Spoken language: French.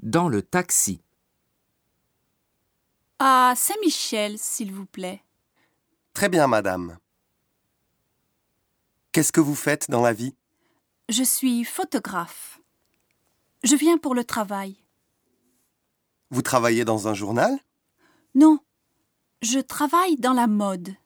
Dans le taxi. À Saint-Michel, s'il vous plaît. Très bien, madame. Qu'est-ce que vous faites dans la vie Je suis photographe. Je viens pour le travail. Vous travaillez dans un journal Non, je travaille dans la mode.